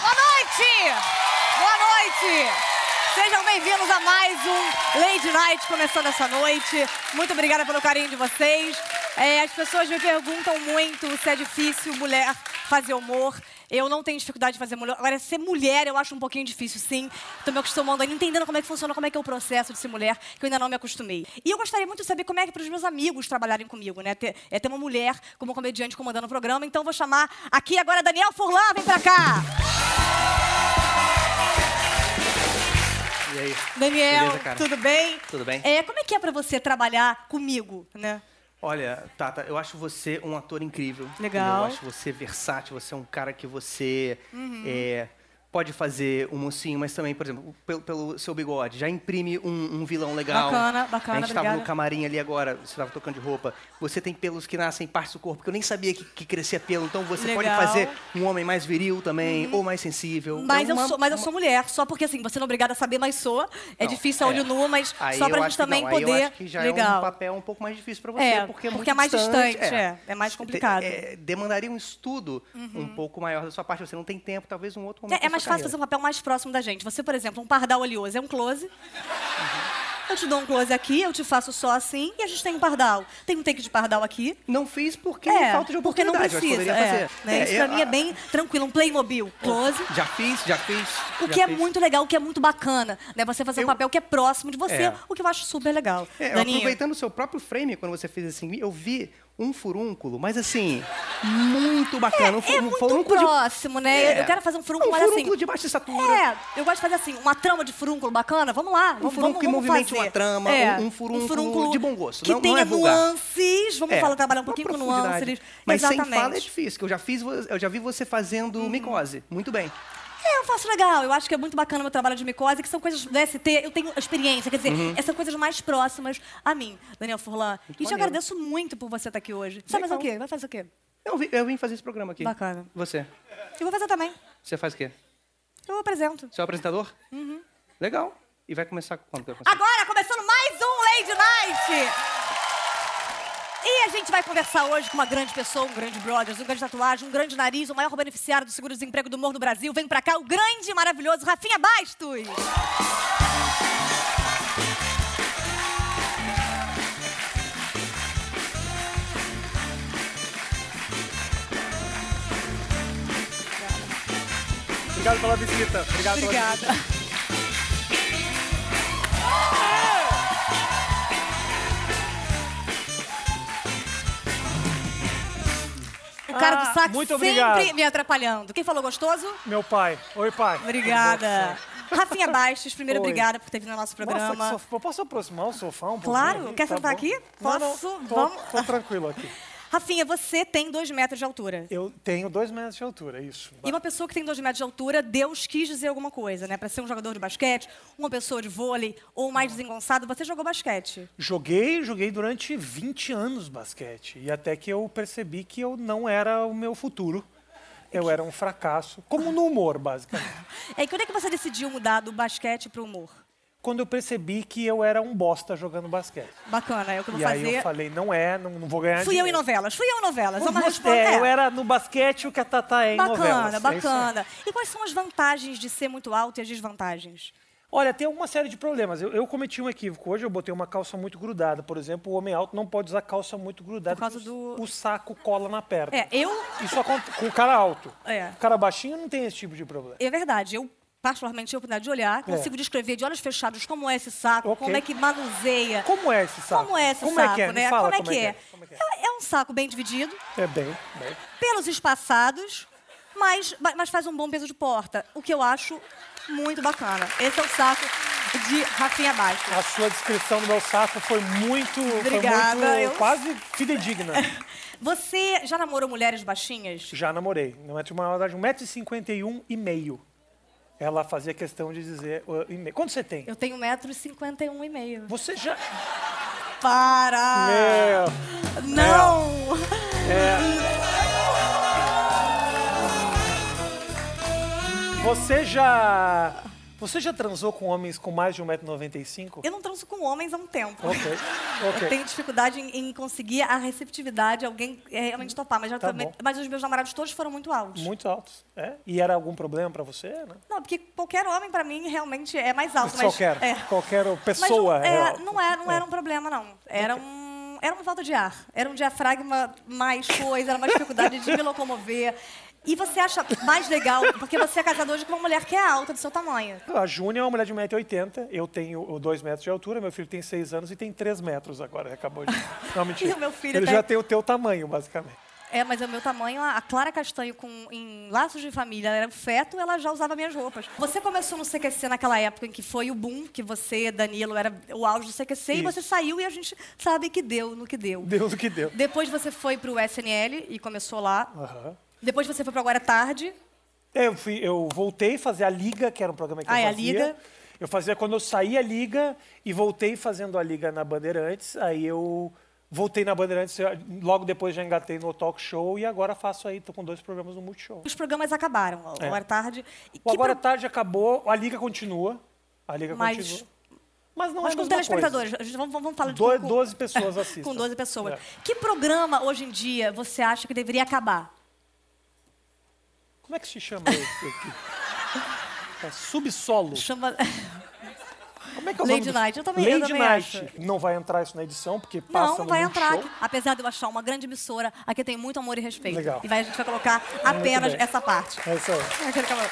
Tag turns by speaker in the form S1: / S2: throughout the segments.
S1: Boa noite! Boa noite! Sejam bem-vindos a mais um Lady Night começando essa noite. Muito obrigada pelo carinho de vocês. É, as pessoas me perguntam muito se é difícil mulher fazer humor. Eu não tenho dificuldade de fazer humor. Agora, ser mulher eu acho um pouquinho difícil, sim. Estou me acostumando ainda, entendendo como é que funciona, como é que é o processo de ser mulher, que eu ainda não me acostumei. E eu gostaria muito de saber como é que é para os meus amigos trabalharem comigo, né? Ter, é ter uma mulher como comediante comandando o programa. Então, eu vou chamar aqui agora Daniel Furlan, vem pra cá!
S2: E é aí?
S1: Daniel,
S2: Beleza, cara?
S1: tudo bem?
S2: Tudo bem?
S1: É, como é que é pra você trabalhar comigo, né?
S2: Olha, Tata, eu acho você um ator incrível.
S1: Legal. Uhum.
S2: Eu acho você versátil, você é um cara que você é, pode fazer um mocinho, mas também, por exemplo, pelo, pelo seu bigode, já imprime um, um vilão legal.
S1: Bacana, bacana,
S2: A gente tava
S1: obrigada.
S2: no camarim ali agora, você tava tocando de roupa. Você tem pelos que nascem em partes do corpo, que eu nem sabia que, que crescia pelo, então você pode
S1: Legal. Uhum.
S2: fazer um homem mais viril também, ou mais sensível.
S1: Mas,
S2: É uma-
S1: eu sou, mas eu sou mulher, só porque assim, você não é obrigada a saber, mas sou. É
S2: Não,
S1: difícil a olho
S2: é.
S1: nu, mas
S2: Aí
S1: só pra
S2: eu
S1: gente
S2: acho que
S1: também
S2: não,
S1: poder.
S2: Aí eu acho que já
S1: Legal.
S2: é um papel um pouco mais difícil para você,
S1: É,
S2: porque é
S1: porque
S2: muito
S1: é mais
S2: distante,
S1: distante, é. É mais
S2: Te-
S1: complicado. Uhum.
S2: é, demandaria um estudo um pouco maior da sua parte. Você não tem tempo, talvez um outro momento.
S1: É, é mais fácil fazer um papel mais próximo da gente. Você, por exemplo, um pardal oleoso é um close.
S2: Uhum.
S1: Eu te dou um close aqui, eu te faço só assim, e a gente tem um pardal. Tem um take de pardal aqui.
S2: Não fiz porque
S1: é,
S2: falta de
S1: porque não
S2: oportunidade. mas
S1: precisa.
S2: poderia
S1: é,
S2: fazer.
S1: né? Isso pra
S2: eu-
S1: mim é
S2: ah,
S1: bem tranquilo, um Playmobil, close.
S2: Já fiz, já fiz.
S1: O
S2: já
S1: que é
S2: fiz.
S1: muito legal, o que é muito bacana, né? Você fazer um
S2: Eu-
S1: papel que é próximo de você,
S2: É.
S1: o que eu acho super legal.
S2: É, eu
S1: Daninho,
S2: aproveitando o seu próprio frame, quando você fez assim, eu vi um furúnculo, mas assim, muito bacana. um fu-
S1: é
S2: um
S1: muito
S2: furúnculo de-
S1: próximo, né? Eu-
S2: É.
S1: Eu quero fazer um furúnculo,
S2: um
S1: mas assim...
S2: furúnculo de baixa estatura.
S1: É, eu gosto de fazer assim, uma trama de furúnculo bacana, vamos lá. vamos-
S2: furúnculo Um que
S1: vamos, vamos
S2: movimente
S1: fazer. É,
S2: uma trama, um- um furúnculo de bom gosto,
S1: Que
S2: não- não
S1: tenha
S2: é vulgar.
S1: nuances, vamos
S2: É,
S1: falar, trabalhar um
S2: uma
S1: pouquinho com
S2: profundidade.
S1: nuances.
S2: Mas
S1: Exatamente. Uhum.
S2: sem fala é difícil, que eu já fiz, vo- eu já vi você fazendo micose. Muito bem.
S1: É, eu faço legal. Eu acho que é muito bacana o meu trabalho de micose, que são coisas do ST, eu tenho experiência, quer dizer, essas são coisas mais próximas a mim, Daniel Furlan. E te
S2: maneiro.
S1: agradeço muito por você estar aqui hoje. Você vai fazer o
S2: Legal.
S1: quê? Vai fazer o quê?
S2: Eu, vi- eu vim fazer esse programa aqui.
S1: Bacana.
S2: Você.
S1: Eu vou fazer também.
S2: Você faz o quê?
S1: Eu apresento.
S2: Você é o apresentador? Uhum. Legal. E vai começar quando que eu consigo?
S1: Agora, começando mais um Lady Night! E a gente vai conversar hoje com uma grande pessoa, um grande brothers, um grande tatuagem, um grande nariz, o maior beneficiário do seguro-desemprego do humor do Brasil. Vem pra cá o grande e maravilhoso Rafinha Bastos!
S3: Obrigado pela visita. Obrigado pela
S1: Obrigada. O cara do
S3: Ah,
S1: sax
S3: muito obrigado.
S1: sempre me atrapalhando. Quem falou gostoso?
S3: visita. Meu pai. Oi, pai.
S1: Obrigada. Rafinha Bastos, primeiro,
S3: Oi.
S1: obrigada por ter vindo ao nosso programa.
S3: Nossa, que sof- posso aproximar o sofá um pouco?
S1: Claro, quer sentar aqui?
S3: Não,
S1: Posso?
S3: Não, tô,
S1: Vamos-
S3: tô tranquilo aqui.
S1: Rafinha, você tem dois metros de altura.
S3: Eu tenho dois metros de altura, é isso.
S1: E uma pessoa que tem dois metros de altura, Deus quis dizer alguma coisa, né? Pra ser um jogador de basquete, uma pessoa de vôlei ou um mais desengonçado, você jogou basquete.
S3: Joguei, joguei durante 20 anos basquete. E até que eu percebi que eu não era o meu futuro. Eu era um fracasso, como no humor, basicamente.
S1: É, e quando é que você decidiu mudar do basquete pro humor?
S3: Quando eu percebi que eu era um bosta jogando basquete.
S1: Bacana, é o que eu vou
S3: E aí
S1: fazer.
S3: eu falei, não é, não, não vou ganhar
S1: Fui eu em
S3: dinheiro.
S1: novelas, fui eu em novelas. É uma
S3: Você-
S1: resposta.
S3: é, eu
S1: é.
S3: era no basquete o que a Tatá é em novelas.
S1: Bacana,
S3: É isso aí.
S1: bacana. E quais são as vantagens de ser muito alto e as desvantagens?
S3: Olha, tem uma série de problemas. Eu, eu cometi um equívoco. Hoje eu botei uma calça muito grudada. Por exemplo, o homem alto não pode usar calça muito grudada.
S1: Por causa
S3: porque
S1: do-
S3: O saco cola na perna.
S1: É, eu.
S3: Isso acontece com o cara alto.
S1: É.
S3: O cara baixinho não tem esse tipo de problema.
S1: É verdade, eu. Particularmente, eu oportunidade de olhar, consigo descrever de olhos fechados como é esse saco,
S3: É. Ok.
S1: como é que manuseia.
S3: Como é esse saco?
S1: Como é esse
S3: como
S1: saco,
S3: é que é? Me
S1: né?
S3: fala
S1: como, é que é?
S3: Como é que é?
S1: é? é um saco bem dividido,
S3: É bem, bem.
S1: pelos espaçados, mas, mas faz um bom peso de porta, o que eu acho muito bacana. Esse é o saco de Rafinha Bastos.
S3: A sua descrição do meu saco foi muito,
S1: Obrigada,
S3: foi muito
S1: eu-
S3: quase fidedigna.
S1: Você já namorou mulheres baixinhas?
S3: Já namorei. Não é de uma idade, 1,51m e meio. Ela fazia questão de dizer. uh, e meio. Quanto você tem?
S1: Eu um tenho 1,51m e um meio.
S3: Você já.
S1: Ah. Para!
S3: Meu. Você já. Você já transou com homens com mais de 1,95m?
S1: Eu não transo com homens há um tempo.
S3: Ok,
S1: Eu
S3: ok.
S1: tenho dificuldade em, em conseguir a receptividade, alguém é, realmente topar. Mas, já
S3: Tá
S1: também,
S3: bom.
S1: mas os meus namorados todos foram muito altos.
S3: Muito altos. É? E era algum problema pra você? Né?
S1: Não, porque qualquer homem, pra mim, realmente é mais alto. Mas,
S3: qualquer,
S1: É.
S3: qualquer
S1: Mas
S3: pessoa.
S1: não,
S3: é
S1: é,
S3: alta.
S1: não, é, não era um problema, não. Era um. Era uma falta de ar. Era um diafragma mais coisa, era uma dificuldade de me locomover. E você acha mais legal, porque você é casado hoje com uma mulher que é alta do seu tamanho.
S3: A Júnia é uma mulher de 1,80m, eu tenho 2 metros de altura, meu filho tem 6 anos e tem 3 metros agora, acabou de... Não, mentira.
S1: E o meu filho tá
S3: Ele
S1: tem-
S3: já tem o teu tamanho, basicamente.
S1: É, mas é o meu tamanho, a a Clara Castanho com, em Laços de Família, ela era um feto, ela já usava minhas roupas. Você começou no CQC naquela época em que foi o boom, que você, Danilo, era o auge do CQC, e
S3: Isso.
S1: você saiu e a gente sabe que deu no que deu.
S3: Deus o que deu.
S1: Depois você foi pro SNL e começou lá.
S3: Aham.
S1: Depois você foi pro Agora é Tarde.
S3: É, Eu, fui, eu voltei a fazer a Liga, que era um programa que
S1: Ah, é
S3: eu
S1: a
S3: fazia.
S1: Liga?
S3: Eu fazia quando eu saí a Liga e voltei fazendo a Liga na Bandeirantes. Aí eu voltei na Bandeirantes, eu- logo depois já engatei no Talk Show e agora faço aí, tô com dois programas no Multishow.
S1: Os programas acabaram, o Agora é Tarde. E
S3: O
S1: que
S3: Agora tá à
S1: pro-
S3: Tarde acabou, a Liga continua. A Liga
S1: Mas-
S3: continua. Mas não
S1: Mas
S3: acho que
S1: com
S3: é a mesma coisa.
S1: telespectadores, a gente- vamos, vamos falar de
S3: Do-
S1: com-
S3: 12 pessoas assistem.
S1: com 12 pessoas.
S3: É.
S1: Que programa hoje em dia você acha que deveria acabar?
S3: Como é que se chama esse aqui? É subsolo.
S1: Chama.
S3: Como é que é o
S1: Lady
S3: nome do-
S1: Night, eu também- eu
S3: Lady
S1: também
S3: Night.
S1: acho.
S3: Não vai entrar isso na edição, porque passa
S1: Não,
S3: no
S1: vai
S3: Multishow.
S1: entrar. Apesar de eu achar uma grande emissora, aqui tem muito amor e respeito.
S3: Legal. É,
S1: E vai, a gente vai colocar apenas
S3: bem.
S1: essa parte.
S3: É isso aí.
S1: Aquele camarão.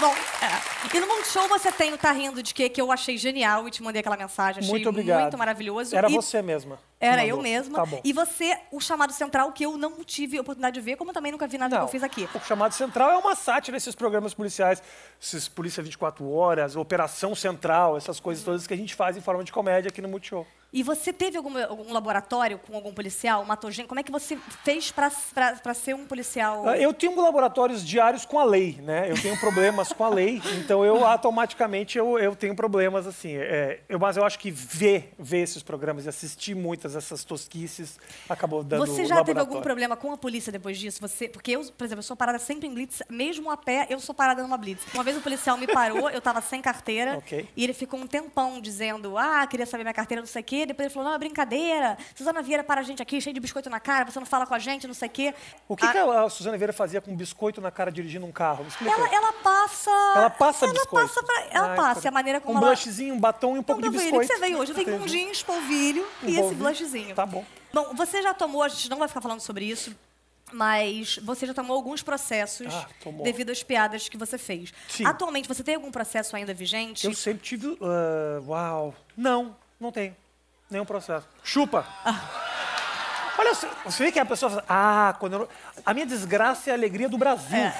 S1: Bom, é. e no Multishow você tem o Tá Rindo de Quê, que eu achei genial e te mandei aquela mensagem. Achei
S3: Muito obrigado.
S1: muito maravilhoso.
S3: Era
S1: E
S3: você mesma. que
S1: Era
S3: mandou.
S1: eu mesma.
S3: Tá bom.
S1: E você, o Chamado Central, que eu não tive oportunidade de ver, como também nunca vi nada que eu fiz aqui.
S3: O chamado Central é uma sátira esses programas policiais, esses Polícia 24 Horas, Operação Central, essas coisas todas que a gente faz em forma de comédia aqui no Multishow.
S1: E você teve algum, algum laboratório com algum policial, uma togênica? Como é que você fez pra- pra pra ser um policial?
S3: Ah, Eu tenho laboratórios diários com a lei, né? Eu tenho problemas com a lei, então eu automaticamente eu, eu tenho problemas assim. É, eu, mas eu acho que ver, ver esses programas e assistir muitas essas tosquices acabou dando
S1: Você já teve algum
S3: laboratório.
S1: problema com a polícia depois disso? Você, porque eu, por exemplo, eu sou parada sempre em blitz, mesmo a pé, eu sou parada numa blitz. Uma vez o policial me parou, eu tava sem carteira,
S3: Ok.
S1: e ele ficou um tempão dizendo: "Ah, queria saber minha carteira, não sei o quê". Depois ele falou: "Não, é brincadeira. Suzana Vieira para a gente aqui, cheio de biscoito na cara, você não fala com a gente, não sei o quê".
S3: O que,
S1: Ah,
S3: que a Suzana Vieira fazia com um biscoito na cara dirigindo um carro? Me explica
S1: ela,
S3: aí.
S1: ela passa
S3: Ela passa
S1: ela
S3: biscoito.
S1: Passa pra, ela
S3: Ai,
S1: passa,
S3: cara.
S1: é a maneira como
S3: um
S1: ela
S3: blushzinho, um batom e um pouco de
S1: Então, Gabriele, o que
S3: biscoito.
S1: você veio hoje? Eu vim com um
S3: Entendi.
S1: jeans, polvilho
S3: Um
S1: e esse
S3: polvilho.
S1: blushzinho.
S3: Tá bom.
S1: Bom, você já tomou, a gente não vai ficar falando sobre isso, mas você já tomou alguns processos
S3: Ah, tomou.
S1: devido às piadas que você fez.
S3: Sim.
S1: Atualmente, você tem algum processo ainda vigente?
S3: Eu sempre tive... ah, uau. Não, não tenho. Nenhum processo. Chupa. Olha, você- você vê que a pessoa fala... Ah, quando eu... não-" A minha desgraça é a alegria do Brasil.
S1: É.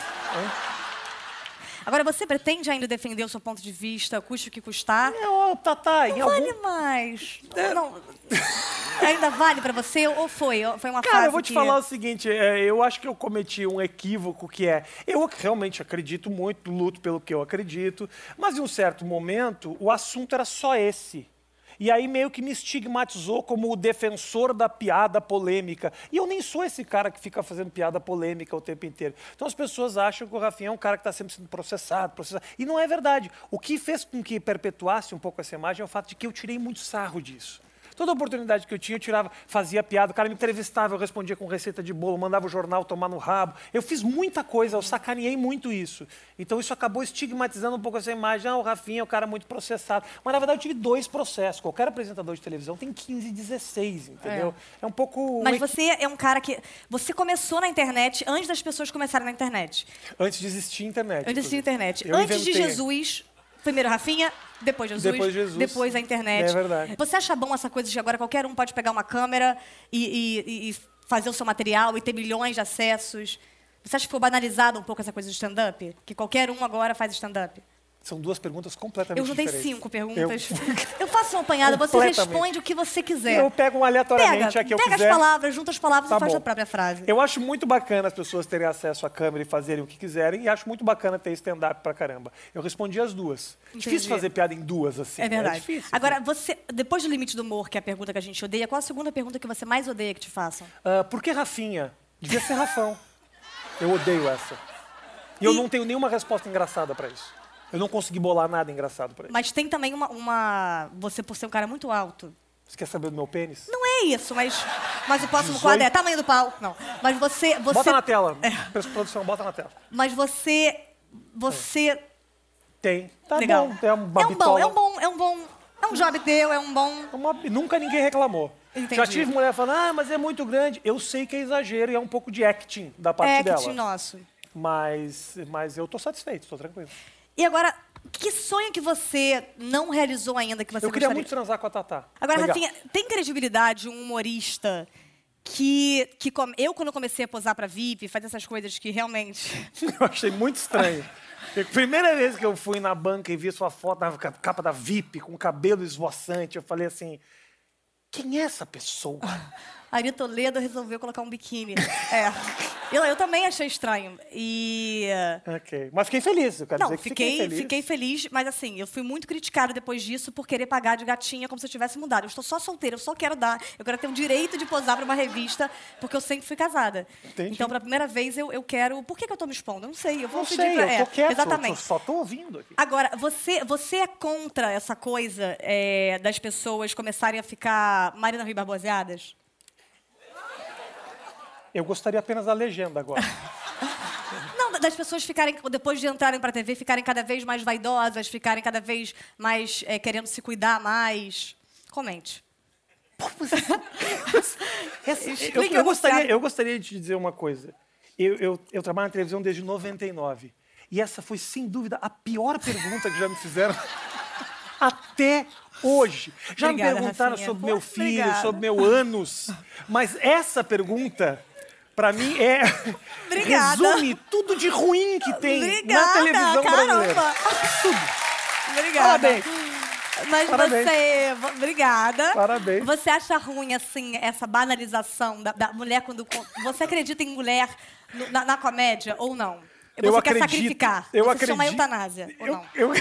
S1: Agora, você pretende ainda defender o seu ponto de vista, custe o que custar?
S3: É, ó, Tatá, em algum... É.
S1: Vale mais. Não. Ainda vale pra você ou foi? Foi uma
S3: Cara,
S1: fase
S3: eu vou te
S1: que-
S3: falar o seguinte, é, eu acho que eu cometi um equívoco que é, eu ac- realmente acredito muito, luto pelo que eu acredito, mas em um certo momento o assunto era só esse. E aí meio que me estigmatizou como o defensor da piada polêmica. E eu nem sou esse cara que fica fazendo piada polêmica o tempo inteiro. Então as pessoas acham que o Rafinha é um cara que está sempre sendo processado, processado. E não é verdade. O que fez com que perpetuasse um pouco essa imagem é o fato de que eu tirei muito sarro disso. Toda oportunidade que eu tinha, eu tirava, fazia piada, o cara me entrevistava, eu respondia com receita de bolo, mandava o jornal tomar no rabo. Eu fiz muita coisa, eu sacaneei muito isso. Então isso acabou estigmatizando um pouco essa imagem. Ah, o Rafinha é um cara muito processado. Mas na verdade eu tive dois processos. Qualquer apresentador de televisão tem 15 e 16, entendeu? É, um pouco.
S1: Mas você é um cara que. Você começou na internet antes das pessoas começarem na internet.
S3: Antes de existir a internet.
S1: Antes de
S3: inclusive.
S1: internet.
S3: É tipo Eu
S1: Antes de
S3: inventei.
S1: Jesus. Primeiro Rafinha, depois Jesus,
S3: Depois Jesus.
S1: depois a internet.
S3: É verdade.
S1: Você acha bom essa coisa de agora qualquer um pode pegar uma câmera e, e- e- e fazer o seu material e ter milhões de acessos? Você acha que ficou banalizada um pouco essa coisa de stand-up? Que qualquer um agora faz stand-up?
S3: São duas perguntas completamente
S1: Eu juntei
S3: diferentes.
S1: cinco
S3: É Eu-
S1: perguntas. Eu, faço uma apanhada, você
S3: Completamente.
S1: responde o que você quiser.
S3: Eu pego um aleatoriamente
S1: pega,
S3: a que eu
S1: pega
S3: quiser.
S1: as palavras, junta as palavras
S3: Tá
S1: e faz
S3: bom.
S1: a própria frase.
S3: Eu acho muito bacana as pessoas terem acesso à câmera e fazerem o que quiserem, e acho muito bacana ter stand-up pra caramba. Eu respondi as duas. Difícil
S1: Entendi.
S3: fazer piada em duas, assim.
S1: É verdade.
S3: É difícil.
S1: Agora, você, depois do limite do humor, que é a pergunta que a gente odeia, qual a segunda pergunta que você mais odeia que te façam?
S3: Ah, por que Rafinha? Devia ser Rafão. Eu odeio essa. E eu não tenho nenhuma resposta engraçada pra isso. Eu não consegui bolar nada engraçado pra isso.
S1: Mas tem também uma, uma- Você, por ser um cara muito alto.
S3: Você quer saber do meu pênis?
S1: Não é isso, mas. Mas o próximo quadro é tamanho do pau. Não. Mas você. você É.
S3: Bota na tela. Produção, bota na tela.
S1: Mas você. Você.
S3: Tem. É. Tá
S1: Legal.
S3: bom. É uma
S1: é um bom,
S3: bitola.
S1: é um bom, é um bom. É um job teu, é um bom.
S3: Uma- Nunca ninguém reclamou.
S1: Entendi.
S3: Já tive mulher falando, ah, mas é muito grande. Eu sei que é exagero e é um pouco de acting da parte
S1: É,
S3: dela.
S1: acting nosso.
S3: Mas, mas eu tô satisfeito, tô tranquilo.
S1: E agora, que sonho que você não realizou ainda que você
S3: eu queria
S1: gostaria?
S3: muito transar com a Tatá.
S1: Agora,
S3: Legal.
S1: Rafinha, tem credibilidade um humorista que, que come- eu, quando eu comecei a posar pra VIP, fazer essas coisas que realmente...
S3: Eu achei muito estranho. Porque a Primeira vez que eu fui na banca e vi sua foto na ca- capa da VIP, com cabelo esvoaçante, eu falei assim: quem é essa pessoa?
S1: Ari Toledo resolveu colocar um biquíni. É. Eu, eu também achei estranho. E...
S3: ok. Mas fiquei feliz, eu quero
S1: Não,
S3: dizer que fiquei,
S1: fiquei,
S3: feliz.
S1: fiquei feliz, mas assim, eu fui muito criticada depois disso por querer pagar de gatinha como se eu tivesse mudado. Eu estou só solteira, eu só quero dar, eu quero ter o direito de posar para uma revista, porque eu sempre fui casada.
S3: Entendi.
S1: Então, pela primeira vez, eu, eu quero. Por que, que eu tô me expondo? Eu não sei, eu vou
S3: Não
S1: pedir
S3: sei,
S1: pra. É,
S3: eu tô quieto, eu
S1: exatamente.
S3: tô- só tô ouvindo aqui.
S1: Agora, você, você é contra essa coisa é, das pessoas começarem a ficar Marina Rui Barboseadas?
S3: Eu gostaria apenas da legenda agora.
S1: Não, da- das pessoas ficarem, depois de entrarem pra TV, ficarem cada vez mais vaidosas, ficarem cada vez mais é, querendo se cuidar mais. Comente.
S3: eu,
S1: Explica
S3: eu
S1: o
S3: gostaria,
S1: Thiago.
S3: eu gostaria de te dizer uma coisa. Eu, eu- eu trabalho na televisão desde 99. E essa foi, sem dúvida, a pior pergunta que já me fizeram até hoje. Já
S1: Obrigada,
S3: me perguntaram
S1: Rafinha.
S3: sobre meu
S1: Pô,
S3: filho,
S1: obrigada.
S3: sobre meu ânus. Mas essa pergunta, pra mim, é.
S1: Obrigada.
S3: Resume tudo de ruim que tem
S1: Obrigada,
S3: na televisão brasileira.
S1: caramba.
S3: Tudo.
S1: Obrigada.
S3: Parabéns.
S1: Mas
S3: Parabéns.
S1: você. vo- Obrigada.
S3: Parabéns.
S1: Você acha ruim, assim, essa banalização da, da mulher quando. co- Você acredita em mulher no- na, na comédia ou não? Você
S3: eu
S1: quer
S3: acredito,
S1: sacrificar?
S3: Eu
S1: você
S3: acredito,
S1: chama eutanásia ou
S3: eu,
S1: não?
S3: Eu,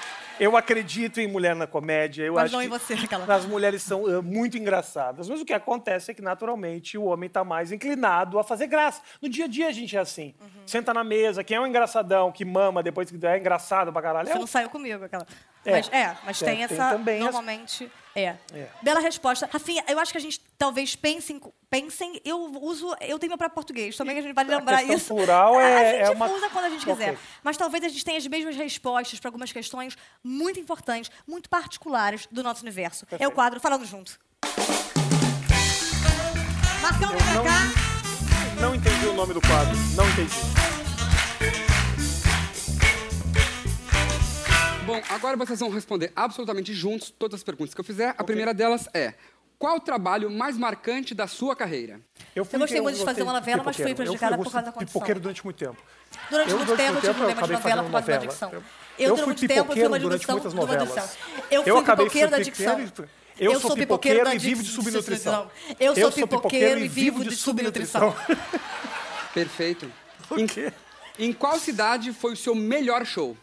S3: eu acredito em mulher na comédia. Eu
S1: Mas
S3: acho
S1: não
S3: que
S1: em você, aquela.
S3: As mulheres são eh, muito engraçadas. Mas o que acontece é que, naturalmente, o homem está mais inclinado a fazer graça. No dia a dia, a gente é assim.
S1: Uhum.
S3: Senta na mesa, quem é um engraçadão, que mama depois que é engraçado pra caralho. é
S1: Você
S3: o-
S1: não saiu comigo, aquela.
S3: É.
S1: Mas é, mas
S3: É,
S1: tem
S3: tem
S1: essa.
S3: também essa-
S1: normalmente. É.
S3: É.
S1: Bela resposta. Rafinha, eu acho que a gente talvez pense em. Pensem, eu uso. Eu tenho meu próprio português, também a gente vai lembrar
S3: questão
S1: isso.
S3: plural é-
S1: A gente
S3: é uma-
S1: usa quando a gente quiser.
S3: Ok.
S1: Mas talvez a gente tenha as mesmas respostas para algumas questões muito importantes, muito particulares do nosso universo. É o quadro Falando Junto. Marcão, vem pra
S3: não-
S1: cá.
S3: Não entendi o nome do quadro. Não entendi.
S4: Bom, agora vocês vão responder absolutamente juntos todas as perguntas que eu fizer. A primeira delas é: qual o trabalho mais marcante da sua carreira?
S1: Eu gostei muito de fazer uma novela, mas fui
S3: pipoqueiro.
S1: prejudicada
S3: Eu fui-
S1: por causa da
S3: eu fui
S1: condição.
S3: pipoqueiro durante muito tempo.
S1: Durante
S3: Eu,
S1: muito
S3: durante
S1: tempo, eu
S3: muito
S1: tive
S3: tempo, eu
S1: problema de
S3: acabei
S1: novela por
S3: fazendo
S1: causa da
S3: novela.
S1: dicção.
S3: Eu- eu
S1: durante
S3: fui
S1: muito tempo, eu fui uma
S3: pipoqueiro durante
S1: dicção,
S3: muitas
S1: uma
S3: novelas.
S1: dicção. Eu
S3: Eu
S1: fui
S3: acabei
S1: pipoqueiro da
S3: sendo
S1: dicção.
S3: pipoqueiro e- eu sou pipoqueiro e vivo de subnutrição.
S1: Eu sou pipoqueiro e vivo de subnutrição.
S4: Perfeito.
S3: Por quê?
S4: Em qual cidade foi o seu melhor show?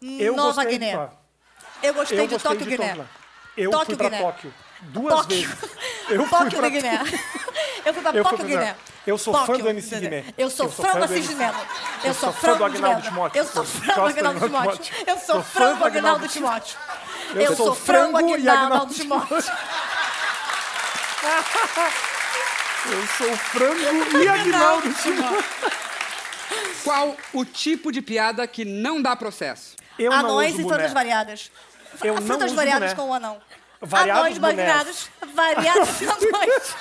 S3: Eu
S1: Nova
S3: gostei de-
S1: Guiné.
S3: ó,
S1: Eu gostei
S3: eu
S1: de
S3: gostei
S1: Tóquio,
S3: de
S1: Guiné.
S3: Tóquio. Eu
S1: Tóquio,
S3: fui pra
S1: Guiné.
S3: Tóquio duas
S1: Tóquio.
S3: vezes. Eu fui
S1: Tóquio
S3: pra
S1: da Guiné. Eu fui pra
S3: Eu fui
S1: Tóquio
S3: pra-
S1: Guiné.
S3: Eu sou
S1: Tóquio,
S3: fã do MC
S1: entendeu?
S3: Guimê.
S1: Eu sou
S3: Eu sou
S1: fã
S3: fã
S1: do
S3: do
S1: Assis de
S3: MC.
S1: Mello. Eu sou
S3: Eu sou
S1: fã
S3: fã do
S1: do
S3: Agnaldo
S1: Timóteo.
S3: Timóteo.
S1: Eu sou
S3: Eu
S1: fã do
S3: gosto do
S1: Agnaldo Timóteo.
S3: Agnaldo
S1: Eu sou fã do Agnaldo Timóteo.
S3: Eu
S1: Eu
S3: sou
S1: sou frango
S3: frango e
S1: Agnaldo
S3: Agnaldo
S1: Timóteo.
S3: Eu sou frango e Aguinaldo Timóteo.
S4: Qual o tipo de piada que não dá processo?
S3: Eu não
S1: Anões
S3: uso
S1: e frutas
S3: boné.
S1: variadas. F-
S3: Eu não
S1: frutas
S3: uso
S1: variadas
S3: boné.
S1: com o anão.
S3: Variados
S1: anões
S3: bonés.
S1: bagnados, variados anões.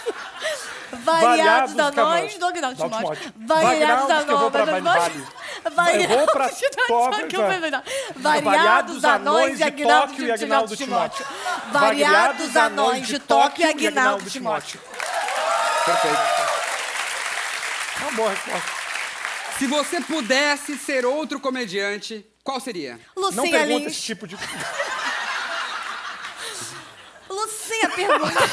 S1: Variados
S3: Variados
S1: anões
S3: anões.
S1: do Agnaldo
S3: Dá o
S1: Timóteo.
S3: Timóteo.
S1: Variados
S3: Bagnados que eu vou pra
S1: anões.
S3: Bali.
S1: Variados
S3: Eu vou pra
S1: de Tóquio,
S3: Tóquio,
S1: que eu vou
S3: tá?
S1: inventar. Variados
S3: Variados
S1: anões
S3: anões
S1: e
S3: de
S1: Agnaldo
S3: Tóquio e Agnaldo
S1: Timóteo. Timóteo.
S3: Timóteo.
S1: Variados anões de Tóquio e Agnaldo Timóteo.
S4: Perfeito.
S3: Tá bom, resposta.
S4: Se você pudesse ser outro comediante, qual seria?
S3: Não
S1: Lucinha
S3: pergunta esse
S1: Lins.
S3: tipo de...
S1: Lucinha pergunta.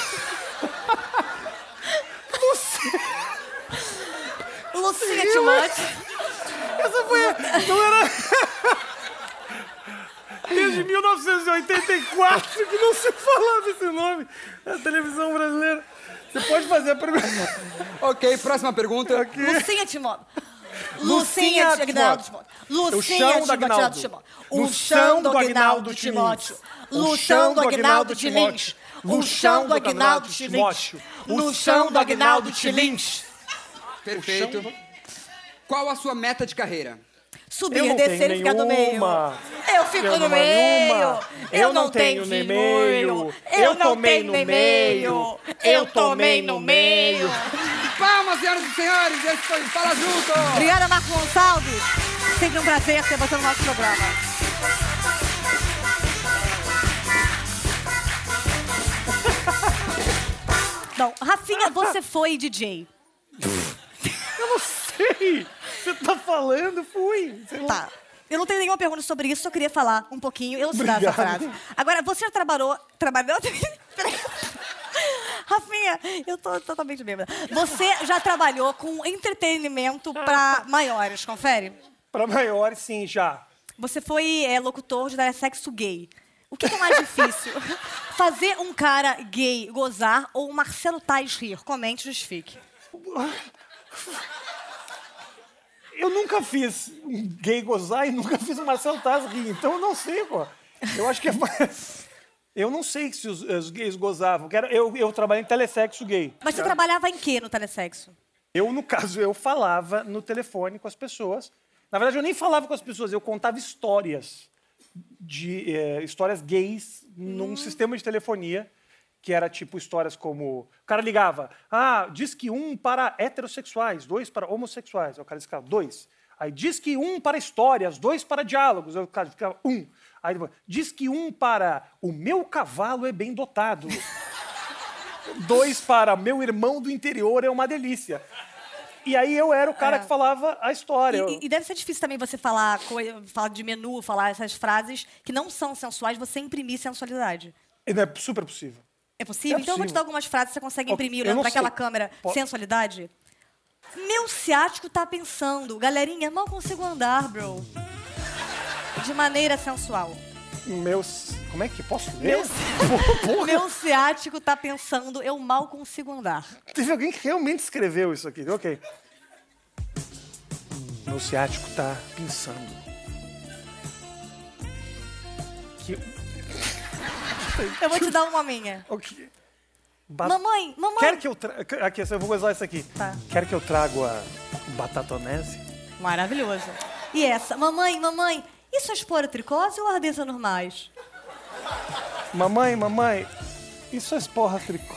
S1: Lucinha Timóteo.
S3: Essa foi. Não era. Desde 1984 que não se falava esse nome na televisão brasileira. Você pode fazer a primeira.
S4: Ok, próxima pergunta.
S1: Lucinha Timóteo. Lucinha de Agnaldo
S3: Timóteo.
S1: Timóteo.
S3: É o
S1: Lucinha
S3: chão
S1: de
S3: do Agnaldo.
S1: Agnaldo Timóteo.
S3: O
S1: O
S3: chão
S1: chão
S3: do
S1: do
S3: Agnaldo
S1: Agnaldo
S3: Timóteo.
S1: Timóteo.
S3: O
S1: O
S3: chão
S1: chão
S3: do
S1: do
S3: Agnaldo
S1: Agnaldo de Lins. O
S3: Timóteo.
S1: chão do Agnaldo de Lins.
S3: Timóteo. O
S1: O
S3: chão
S1: chão
S3: do
S1: do
S3: Agnaldo
S1: Agnaldo de Lins.
S4: Perfeito. Qual a sua meta de carreira?
S3: Eu não
S1: Subir, descer
S3: tenho
S1: e ficar no meio.
S3: nenhuma.
S1: Eu fico
S3: Eu não
S1: no
S3: tenho
S1: meio.
S3: nenhuma. Eu
S1: Eu
S3: não
S1: não
S3: tenho
S1: tenho
S3: nem meio.
S1: vergonha.
S3: Eu
S1: Eu não
S3: tomei
S1: tenho
S3: no
S1: nem
S3: meio.
S1: meio. Eu
S3: Eu tomei
S1: tomei
S3: no
S1: no meio.
S4: Palmas, senhoras e senhores, esse foi o Fala Junto!
S1: Obrigada, Marco Gonçalves. Sempre um prazer ter você no nosso programa. Não, Rafinha, você foi DJ.
S3: Eu não sei. Você tá falando, fui. Sei lá.
S1: Tá. Eu não tenho nenhuma pergunta sobre isso, só queria falar um pouquinho, ilustrar essa
S3: Obrigado.
S1: frase. Agora, você já trabalhou. Trabalhou. Peraí. Rafinha, eu tô totalmente bêbada. Você já trabalhou com entretenimento pra maiores, confere?
S3: Pra maiores, sim, já.
S1: Você foi é, locutor de dar sexo gay. O que, que é mais difícil? Fazer um cara gay gozar ou o Marcelo Tais rir? Comente, justifique.
S3: Eu nunca fiz um gay gozar e nunca fiz o Marcelo Taz rir, então eu não sei, pô. Eu acho que é mais... Eu não sei se os, os gays gozavam. que era- Eu, eu trabalhei em telesexo gay.
S1: Mas você trabalhava em quê no telesexo?
S3: Eu, no caso, eu falava no telefone com as pessoas. Na verdade, eu nem falava com as pessoas, eu contava histórias de eh, histórias gays
S1: Uhum.
S3: num sistema de telefonia que era tipo histórias como o cara ligava, ah, diz que um para heterossexuais, dois para homossexuais, Aí o cara ficava dois. Aí diz que um para histórias, dois para diálogos, Aí o cara ficava um. Aí depois, diz que um para o meu cavalo é bem dotado. Dois para meu irmão do interior é uma delícia. E aí eu era o cara
S1: É.
S3: que falava a história.
S1: E- E, e deve ser difícil também você falar, coi- falar de menu, falar essas frases que não são sensuais, você imprimir sensualidade.
S3: E não é super possível.
S1: É possível?
S3: É
S1: então eu vou te
S3: possível.
S1: dar algumas frases que você consegue
S3: Ok,
S1: imprimir
S3: eu
S1: olhando
S3: não
S1: pra aquela
S3: sei.
S1: câmera.
S3: Po-
S1: Sensualidade? Meu ciático tá pensando. Galerinha, mal consigo andar, bro. De maneira sensual.
S3: Meus. Como é que posso ler?
S1: Meu-
S3: Porra,
S1: Meu ciático tá pensando, eu mal consigo andar.
S3: teve alguém que realmente escreveu isso aqui. Ok. Hum, Meu ciático tá pensando. Que.
S1: Eu vou te dar uma minha.
S3: ok. Ba-
S1: Mamãe, mamãe.
S3: Quer que eu traga. Aqui, eu vou gozar isso aqui.
S1: Tá.
S3: Quer que eu trago a batatonese?
S1: Maravilhoso. E essa? Mamãe, mamãe, isso é esporotricose ou ardência normais?
S3: Mamãe, mamãe, isso é esporra tricô.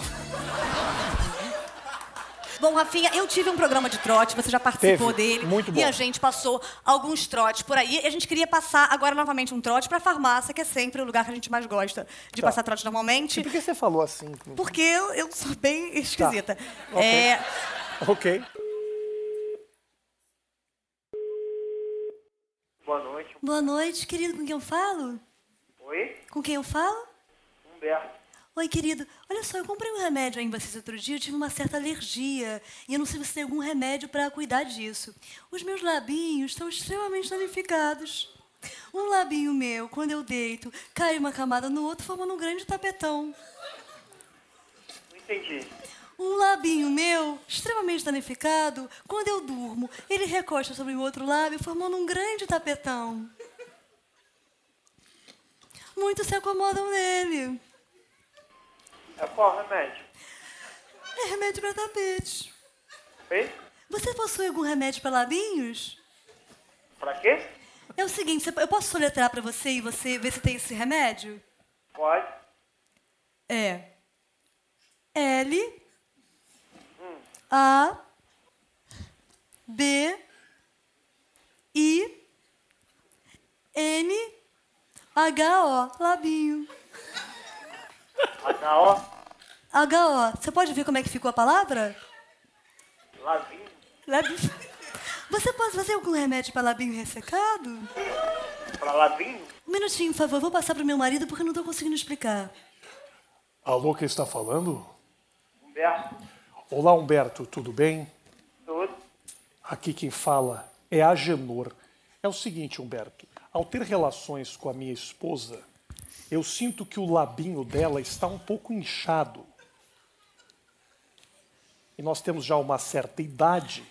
S1: Bom, Rafinha, eu tive um programa de trote, você já participou
S3: Teve.
S1: dele.
S3: Muito bom.
S1: E a gente passou alguns trotes por aí. E a gente queria passar agora novamente um trote pra farmácia, que é sempre o lugar que a gente mais gosta de
S3: Tá.
S1: passar trote normalmente.
S3: Por que você falou assim?
S1: Porque eu, eu sou bem esquisita.
S3: Tá. Ok.
S1: É,
S3: Ok.
S5: Boa noite.
S1: boa noite, querido, com quem eu falo?
S5: Oi?
S1: Com quem eu falo?
S5: Humberto.
S1: Oi, querido. Olha só, eu comprei um remédio aí em vocês outro dia. Eu tive uma certa alergia. E eu não sei se você tem algum remédio para cuidar disso. Os meus labinhos estão extremamente danificados. Um labinho meu, quando eu deito, cai uma camada no outro, formando um grande tapetão.
S5: Não entendi.
S1: Um labinho meu, extremamente danificado, quando eu durmo, ele recosta sobre o outro lábio, formando um grande tapetão. Muitos se acomodam nele.
S5: É qual remédio?
S1: É remédio para tapete.
S5: Oi?
S1: Você possui algum remédio para labinhos?
S5: Pra quê?
S1: É o seguinte, você- eu posso soletrar para você e você ver se tem esse remédio?
S5: Pode.
S1: É. L
S5: Hum.
S1: A B I N H O labinho.
S5: Anaó.
S1: H O. Você pode ver como é que ficou a palavra?
S5: Lavinho.
S1: Labinho. Você pode fazer algum remédio para labinho ressecado?
S5: Pra Lavinho?
S1: Um minutinho, por favor, vou passar pro meu marido porque eu não tô conseguindo explicar.
S3: Alô, quem está falando?
S5: Humberto.
S3: Olá, Humberto, tudo bem?
S5: Tudo.
S3: Aqui quem fala é Agenor. É o seguinte, Humberto, ao ter relações com a minha esposa, eu sinto que o labinho dela está um pouco inchado. E nós temos já uma certa idade.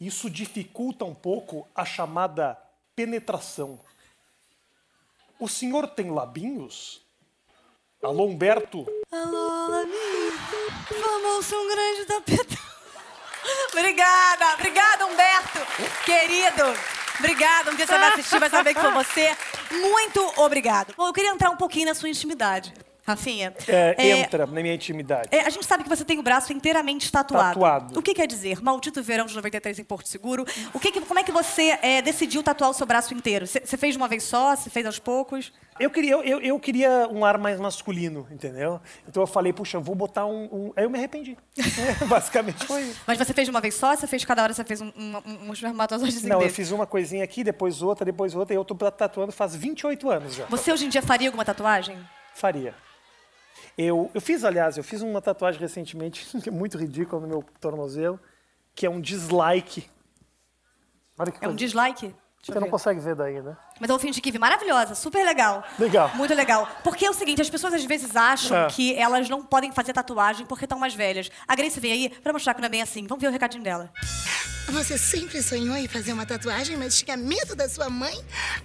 S3: Isso dificulta um pouco a chamada penetração. O senhor tem labinhos? Alô, Humberto?
S1: Alô, Laminha. Formou-se um grande tapetão. Obrigada, obrigada, Humberto, querido. Obrigada, um dia você vai assistir, vai saber que foi você. Muito obrigado. Bom, eu queria entrar um pouquinho na sua intimidade, Rafinha.
S3: É,
S1: É,
S3: Entra na minha intimidade.
S1: é, a gente sabe que você tem o braço inteiramente tatuado.
S3: Tatuado.
S1: O que quer dizer? Maldito verão de 93 em Porto Seguro. O que que- como é que você é, decidiu tatuar o seu braço inteiro? Você você fez de uma vez só? Você fez aos poucos?
S3: Eu queria, eu- eu, eu queria um ar mais masculino, entendeu? Então eu falei, puxa, eu vou botar um. um- Aí eu me arrependi. É, basicamente foi isso.
S1: Mas você fez de uma vez só? Você fez cada hora? Você fez um, um, um, um espermatozoide
S3: Não, eu
S1: desse?
S3: fiz uma coisinha aqui, depois outra, depois outra, e eu tô tatuando faz 28 anos já.
S1: Você hoje em dia faria alguma tatuagem?
S3: Faria. Eu, eu fiz, aliás, eu fiz uma tatuagem recentemente, que é muito ridícula no meu tornozelo, que é um dislike. Olha que
S1: É um
S3: coisa.
S1: dislike? Deixa eu
S3: Você não
S1: ver.
S3: consegue ver daí, né?
S1: Mas eu vou fingir que vi. Maravilhosa, super legal.
S3: Legal.
S1: Muito legal. Porque é o seguinte, as pessoas às vezes acham
S3: Ah.
S1: que elas não podem fazer tatuagem porque estão mais velhas. A Grace veio aí pra mostrar que não é bem assim. Vamos ver o recadinho dela.
S6: Você sempre sonhou em fazer uma tatuagem, mas tinha medo da sua mãe?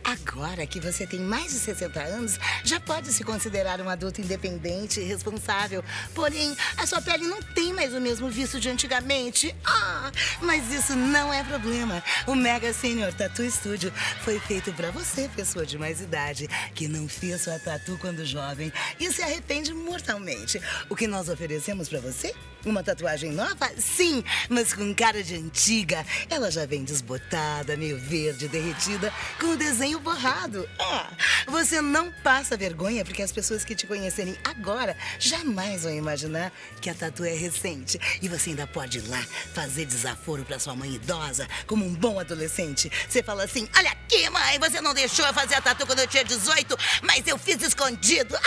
S6: Agora que você tem mais de 60 anos, já pode se considerar um adulto independente e responsável. Porém, a sua pele não tem mais o mesmo viço de antigamente. Ah, mas isso não é problema. O Mega Senior Tattoo Studio foi feito pra você, pessoa de mais idade, que não fez sua tatu quando jovem e se arrepende mortalmente. O que nós oferecemos pra você? Uma tatuagem nova? Sim, mas com cara de antiga. Ela já vem desbotada, meio verde, derretida, com o desenho borrado. É, você não passa vergonha porque as pessoas que te conhecerem agora jamais vão imaginar que a tatu é recente. E você ainda pode ir lá fazer desaforo pra sua mãe idosa, como um bom adolescente. Você fala assim: Olha aqui, mãe, você não deixou eu fazer a tatu quando eu tinha 18, mas eu fiz escondido.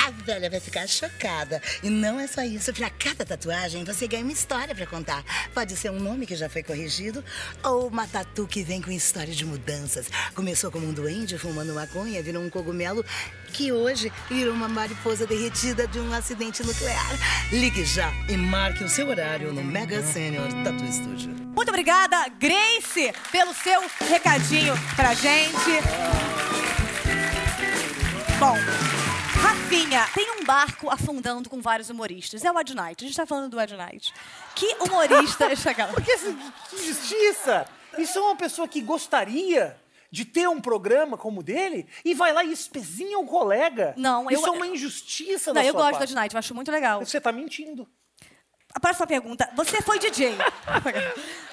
S6: A velha vai ficar chocada. E não é só isso. Pra cada tatuagem, você ganha uma história pra contar. Pode ser um nome que já foi corrigido ou uma tatu que vem com história de mudanças. Começou como um duende fumando maconha, virou um cogumelo que hoje virou uma mariposa derretida de um acidente nuclear. Ligue já e marque o seu horário no Mega Senior Tattoo Studio.
S1: Muito obrigada, Grace, pelo seu recadinho pra gente. Bom, Rafinha, tem um barco afundando com vários humoristas. É o Ed Knight. A gente tá falando do Ed Knight. Que humorista... Chega lá.
S3: Porque assim, que injustiça! Isso é uma pessoa que gostaria de ter um programa como o dele e vai lá e espezinha um colega.
S1: Não, eu-
S3: Isso é uma injustiça
S1: Não,
S3: da
S1: eu
S3: sua
S1: gosto do
S3: parte.
S1: Ed Knight, eu acho muito legal.
S3: Você tá mentindo.
S1: A próxima pergunta. Você foi DJ.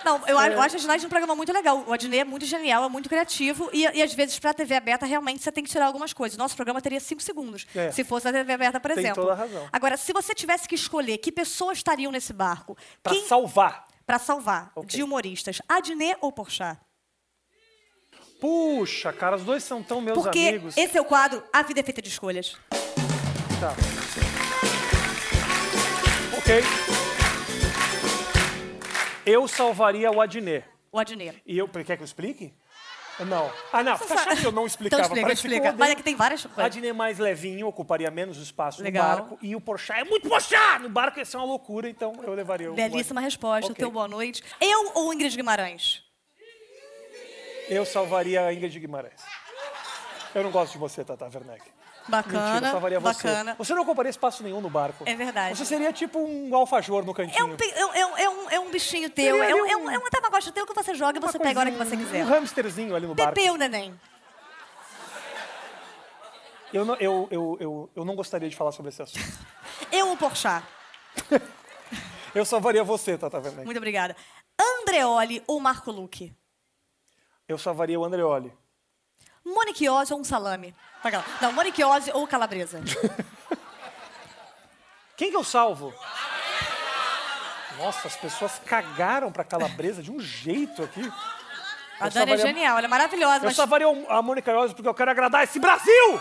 S1: Não, eu, a- eu
S3: É.
S1: acho a ginástica um programa muito legal. O Adnet é muito genial, é muito criativo. E, e às vezes, pra TV aberta, realmente você tem que tirar algumas coisas. Nosso programa teria cinco segundos,
S3: É.
S1: se fosse a TV aberta, por
S3: Tem
S1: exemplo.
S3: toda a razão.
S1: Agora, se você tivesse que escolher que pessoas estariam nesse barco,
S3: Pra
S1: quem
S3: salvar.
S1: pra salvar
S3: Ok.
S1: de humoristas, Adnet ou Porchat?
S3: Puxa, cara, os dois são tão meus
S1: Porque
S3: amigos.
S1: esse é o quadro A Vida é Feita de Escolhas.
S3: Tá. Ok. Eu salvaria o Adnet.
S1: O Adnet.
S3: E eu. Quer que eu explique? Não. Ah, não. Você achando que eu não explicava?
S1: Então explica,
S3: Parece que eu
S1: explica.
S3: odeio-
S1: Mas aqui tem várias
S3: O
S1: coisas.
S3: Adnet é mais levinho, ocuparia menos espaço
S1: Legal.
S3: no barco. E o Porchat é muito Porchat! No barco ia ser uma loucura, então eu levaria o
S1: Belíssima
S3: Adnet.
S1: resposta, o
S3: Ok.
S1: teu boa noite. Eu ou Ingrid Guimarães?
S3: Eu salvaria a Ingrid Guimarães. Eu não gosto de você, Tata Werneck.
S1: Bacana,
S3: Mentira, eu salvaria você.
S1: bacana.
S3: Você não ocuparia espaço nenhum no barco.
S1: É verdade.
S3: Você seria tipo um alfajor no
S1: É
S3: cantinho.
S1: um, pe- é, um- é um- é um, é um bichinho teu,
S3: Seria
S1: é um,
S3: ali
S1: é um,
S3: um-
S1: é um tamagotchi teu que você joga e
S3: Uma
S1: você pega a hora que você
S3: coisinha,
S1: quiser.
S3: Um hamsterzinho ali no barco.
S1: Pepeu, neném.
S3: Eu não, eu, eu, eu, eu não gostaria de falar sobre esse assunto.
S1: Eu, o Porchat.
S3: Eu salvaria você, Tata Werneck.
S1: Muito obrigada. Andreoli ou Marco Luque?
S3: Eu salvaria o Andreoli.
S1: Moniquiose ou um salame? Aquela. Não, Moniquiose ou calabresa?
S3: Quem que eu salvo? Nossa, as pessoas cagaram pra calabresa de um jeito aqui.
S1: A
S3: Eu
S1: Dani é
S3: salvaria-
S1: genial, ela é maravilhosa,
S3: Eu
S1: mas
S3: salvaria o- a Mônica Iose porque eu quero agradar esse Brasil!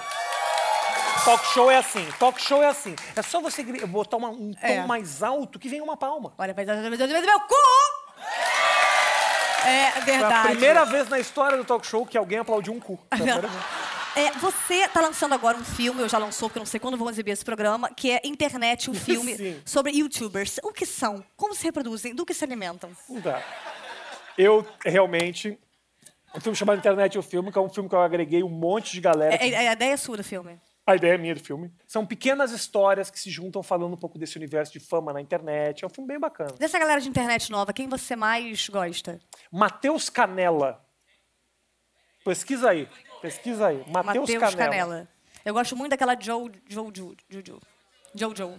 S3: Talk show é assim, talk show é assim. É só você gri- botar uma- um tom
S1: É.
S3: mais alto que vem uma palma.
S1: olha, mas meu cu! É
S3: Foi a
S1: verdade.
S3: primeira vez na história do talk show que alguém aplaudiu um cu. Foi a primeira vez.
S1: É, você tá lançando agora um filme, eu já lançou, porque eu não sei quando vão exibir esse programa, que é Internet, o filme
S3: Sim.
S1: sobre youtubers. O que são? Como se reproduzem? Do que se alimentam?
S3: Não dá. Eu realmente. Um filme chamado Internet o Filme, que é um filme que eu agreguei um monte de galera.
S1: É, é- a ideia é sua do filme.
S3: A ideia é minha do filme. São pequenas histórias que se juntam falando um pouco desse universo de fama na internet. É um filme bem bacana.
S1: Dessa galera de internet nova, quem você mais gosta?
S3: Matheus Canela. Pesquisa aí. Pesquisa aí. Matheus
S1: Matheus
S3: Canela.
S1: Canela. Eu gosto muito daquela Jo Jo Jo Jo Jo Jo.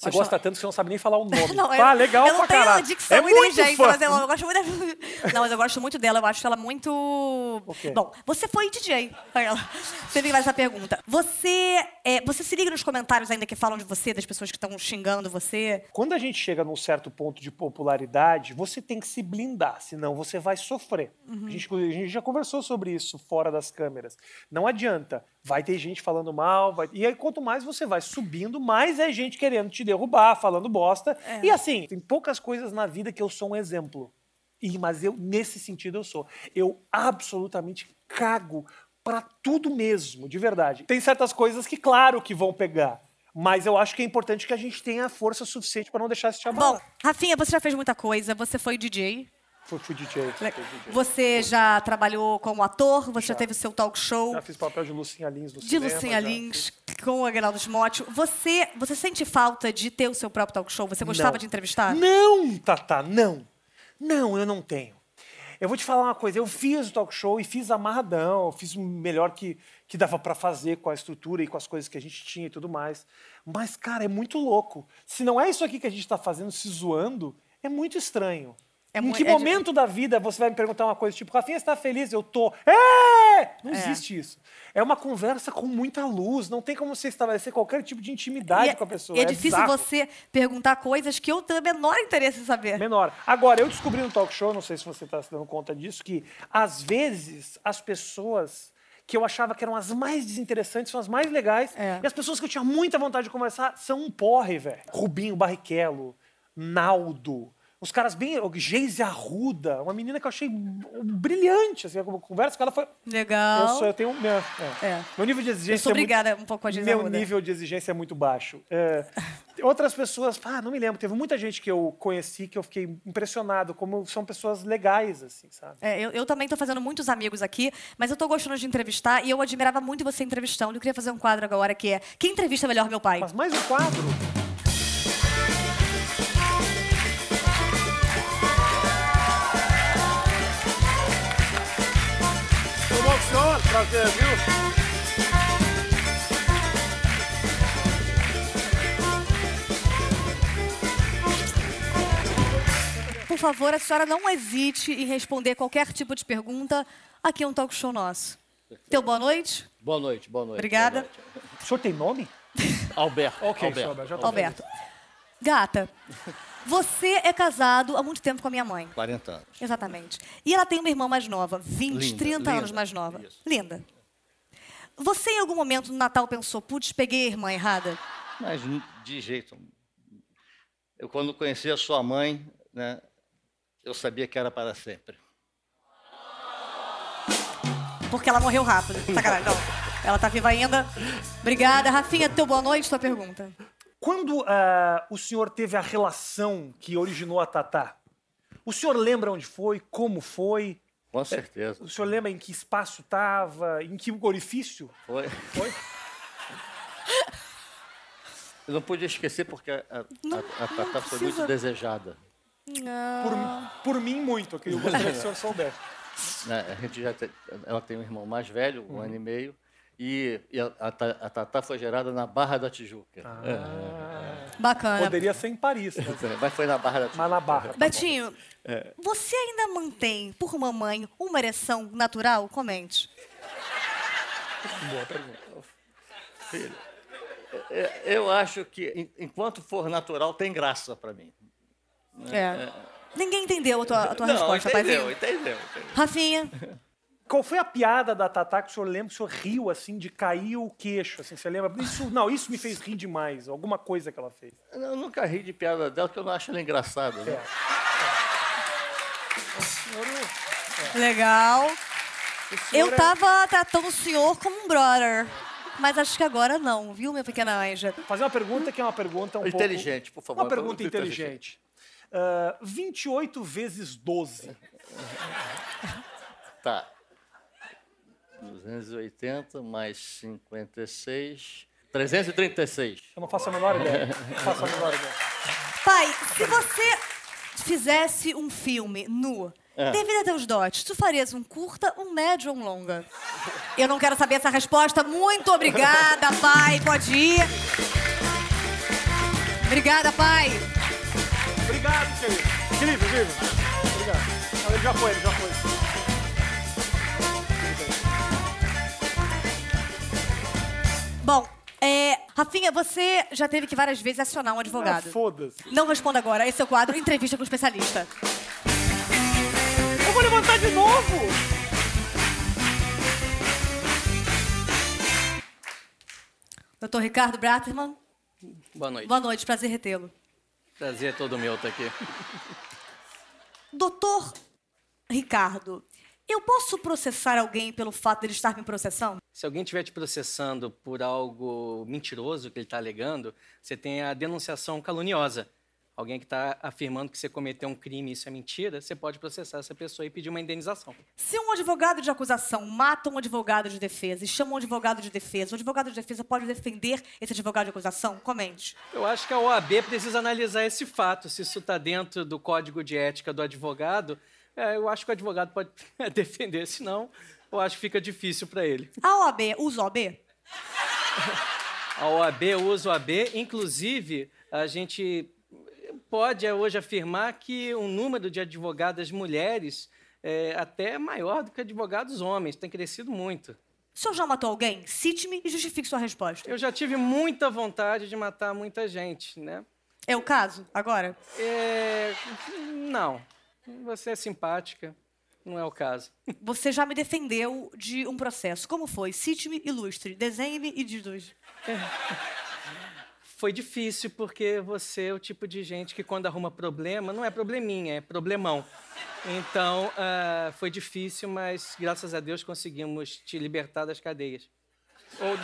S3: Você gosta tanto que você não sabe nem falar o nome.
S1: Não,
S3: ah,
S1: eu-
S3: legal
S1: eu não
S3: pra caralho.
S1: tenho dicção
S3: é muito
S1: inteligente,
S3: fã.
S1: mas eu, eu gosto muito dela. Não, mas eu gosto muito dela, eu acho ela muito...
S3: Ok.
S1: Bom, você foi DJ, Raquel. Você me faz essa pergunta. Você, é, você se liga nos comentários ainda que falam de você, das pessoas que estão xingando você?
S3: Quando a gente chega num certo ponto de popularidade, você tem que se blindar, senão você vai sofrer. A, gente, a gente já conversou sobre isso fora das câmeras. Não adianta. Vai ter gente falando mal, vai- e aí quanto mais você vai subindo, mais é gente querendo te derrubar, falando bosta. E assim, tem poucas coisas na vida que eu sou um exemplo. E, mas eu, nesse sentido, eu sou. Eu absolutamente cago pra tudo mesmo, de verdade. Tem certas coisas que, claro, que vão pegar. Mas eu acho que é importante que a gente tenha a força suficiente pra não deixar se chamar.
S1: Bom, Rafinha, você já fez muita coisa, você foi DJ.
S3: Fui, fui DJ. fui DJ.
S1: Você já trabalhou como ator, você já teve o seu talk show.
S3: Já fiz papel de Lucinha Lins no
S1: de
S3: cinema,
S1: Lucinha
S3: já
S1: Lins com o Agnaldo Timóteo. Você, você sente falta de ter o seu próprio talk show? Você gostava
S3: Não.
S1: de entrevistar?
S3: Não, Tatá, não. Não, eu não tenho. Eu vou te falar uma coisa, eu fiz o talk show e fiz amarradão, fiz o melhor que, que dava pra fazer com a estrutura e com as coisas que a gente tinha e tudo mais. Mas, cara, é muito louco. Se não é isso aqui que a gente tá fazendo, se zoando, é muito estranho.
S1: É
S3: em
S1: mui-
S3: que
S1: é de-
S3: momento da vida você vai me perguntar uma coisa tipo, Rafinha, você tá feliz? Eu tô. É! Não existe isso. É uma conversa com muita luz, não tem como você estabelecer qualquer tipo de intimidade
S1: E é,
S3: com a pessoa.
S1: e é difícil
S3: bizarro.
S1: você perguntar coisas que eu tenho o menor interesse em saber.
S3: menor. Agora, eu descobri no talk show, não sei se você está se dando conta disso, que às vezes as pessoas que eu achava que eram as mais desinteressantes são as mais legais.
S1: É.
S3: E as pessoas que eu tinha muita vontade de conversar são um porre, velho. Rubinho Barrichello, Naldo. Uns caras bem. Geise Arruda, uma menina que eu achei brilhante. Assim, a conversa com ela foi.
S1: Legal.
S3: Eu, sou, eu tenho. Minha, é.
S1: É.
S3: Meu nível de exigência.
S1: Eu sou
S3: é muito-
S1: obrigada um pouco a Geise
S3: Meu
S1: Arruda.
S3: nível de exigência é muito baixo. É, outras pessoas, ah, não me lembro. Teve muita gente que eu conheci que eu fiquei impressionado, como são pessoas legais, assim, sabe?
S1: É, eu, eu também tô fazendo muitos amigos aqui, mas eu tô gostando de entrevistar e eu admirava muito você entrevistando. Eu queria fazer um quadro agora que é Quem entrevista melhor meu pai?
S3: Mas mais um quadro.
S1: Por favor, a senhora não hesite em responder qualquer tipo de pergunta. Aqui é um talk show nosso. Teu boa noite.
S7: Boa noite, boa noite.
S1: Obrigada.
S7: boa noite.
S3: O senhor tem nome?
S7: Alberto.
S3: Ok,
S7: Alberto.
S3: senhor Alberto, já tá
S1: Alberto. Gata, você é casado há muito tempo com a minha mãe.
S7: 40 anos.
S1: Exatamente. E ela tem uma irmã mais nova, 20,
S7: Linda,
S1: 30 anos
S7: linda.
S1: mais nova.
S7: Isso.
S1: Linda. Você em algum momento no Natal pensou, putz, peguei a irmã errada?
S7: Mas n- de jeito. Eu, quando conheci a sua mãe, né, eu sabia que era para sempre.
S1: Porque ela morreu rápido. Sacanagem, não. Ela tá viva ainda. Obrigada. Rafinha, teu boa noite, tua pergunta.
S3: Quando ah, o senhor teve a relação que originou a Tatá, o senhor lembra onde foi, como foi?
S7: Com certeza.
S3: O senhor lembra em que espaço estava, em que orifício?
S7: Foi. Foi? Eu não podia esquecer porque a, a,
S1: Não-
S7: a- a
S1: não
S7: Tatá foi muito
S1: precisa.
S7: desejada.
S3: Por,
S1: Ah.
S3: por mim, muito. ok? Eu gostaria que o senhor soubesse.
S7: né? A gente já te- ela tem um irmão mais velho, um ano e meio, e, e a, a, Ta- a Tatá foi gerada na Barra da Tijuca.
S1: Bacana.
S3: Poderia ser em Paris, né?
S7: É. Mas foi na Barra da Tijuca.
S3: mas na Barra.
S1: Betinho,
S7: É.
S1: você ainda mantém, por mamãe, uma ereção natural? Comente.
S7: É, Eu acho que en- enquanto for natural, tem graça para mim.
S1: É. Ninguém entendeu a tua, a tua resposta,
S7: entendeu,
S1: paizinho.
S7: entendeu, entendeu.
S1: Rafinha,
S3: Qual foi a piada da Tatá que o senhor lembra que o senhor riu, assim, de cair o queixo, assim, você lembra? Isso, não, isso me fez rir demais, alguma coisa que ela fez.
S7: Eu nunca ri de piada dela, porque eu não acho ela engraçada. Né?
S8: É.
S1: legal.
S3: O senhor
S1: Eu
S3: é-
S1: tava tratando o senhor como um brother. Mas acho que agora não, viu, minha pequena anja?
S3: Fazer uma pergunta que é uma pergunta um
S7: Inteligente,
S3: pouco...
S7: por favor,
S3: Uma
S7: muito
S3: pergunta inteligente. Ah, 28 vezes 12.
S7: Tá. 280 mais 56. 336.
S3: Eu não faço a menor ideia. Não faço a menor ideia.
S1: Pai, se você fizesse um filme nu, devido a teus dotes, tu farias um curta, um médio ou um longa? Eu não quero saber essa resposta. Muito obrigada, pai. Pode ir. Obrigada, pai.
S3: Obrigado, querido. Incrível, incrível. Obrigado. Não, Ele já foi, ele já foi.
S1: Bom, é, Rafinha, você já teve que várias vezes acionar um
S3: Ah,
S1: advogado.
S3: Foda-se.
S1: Não responda agora. Esse é o quadro Entrevista com o Especialista.
S3: Eu vou levantar de novo!
S1: Doutor Ricardo Braterman,
S7: Boa noite.
S1: boa noite. Prazer retê-lo.
S7: Prazer é todo meu
S8: tá
S7: estar aqui.
S1: Doutor Ricardo, eu posso processar alguém pelo fato dele estar me processando?
S8: Se alguém estiver te processando por algo mentiroso que ele está alegando, você tem a denunciação caluniosa. Alguém que está afirmando que você cometeu um crime e isso é mentira, você pode processar essa pessoa e pedir uma indenização.
S1: Se um advogado de acusação mata um advogado de defesa e chama um advogado de defesa, o advogado de defesa pode defender esse advogado de acusação? Comente.
S8: Eu acho que a OAB precisa analisar esse fato. Se isso está dentro do código de ética do advogado, é, eu acho que o advogado pode defender, senão eu acho que fica difícil para ele.
S1: A OAB usa OAB?
S8: A OAB usa a OAB, inclusive a gente pode eh, hoje afirmar que o número de advogadas mulheres é até maior do que advogados homens, tem crescido muito.
S1: O senhor já matou alguém? Cite-me e justifique sua resposta.
S8: Eu já tive muita vontade de matar muita gente, né?
S1: É o caso? Agora?
S8: É, Não, você é simpática, não é o caso.
S1: Você já me defendeu de um processo. Como foi? Cite-me, ilustre. Desenhe-me e deduz.
S8: Foi difícil porque você é o tipo de gente que quando arruma problema, não é probleminha, é problemão. Então, ah, foi difícil, mas graças a Deus conseguimos te libertar das cadeias. Ou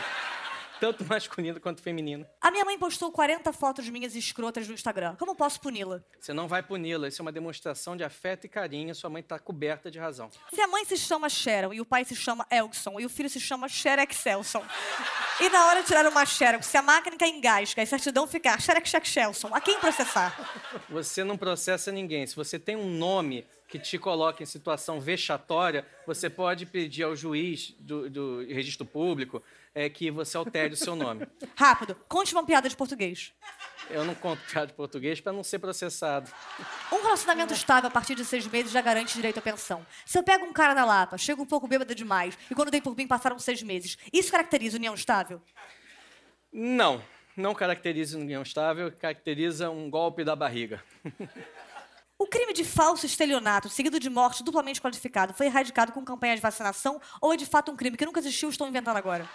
S8: tanto masculino quanto feminino.
S1: A minha mãe postou 40 fotos minhas escrotas no Instagram. Como posso puni-la?
S8: Você não vai puni-la, isso é uma demonstração de afeto e carinho, sua mãe está coberta de razão.
S1: Se a mãe se chama Sharon e o pai se chama Elkson e o filho se chama Xerec Selson, e na hora de tirar uma Xerox, se a máquina engasga e a certidão ficar Xerec Xerec Shelson, a quem processar?
S8: Você não processa ninguém. Se você tem um nome que te coloca em situação vexatória, você pode pedir ao juiz do, do registro público é, que você altere o seu nome.
S1: Rápido, conte uma piada de português.
S8: Eu não conto piada de português para não ser processado.
S1: Um relacionamento estável a partir de seis meses já garante direito à pensão. Se eu pego um cara na lapa, chego um pouco bêbada demais e quando dei por mim passaram seis meses, isso caracteriza união estável?
S8: Não, não caracteriza união estável, caracteriza um golpe da barriga.
S1: O crime de falso estelionato, seguido de morte duplamente qualificado, foi erradicado com campanha de vacinação ou é de fato um crime que nunca existiu e estão inventando agora?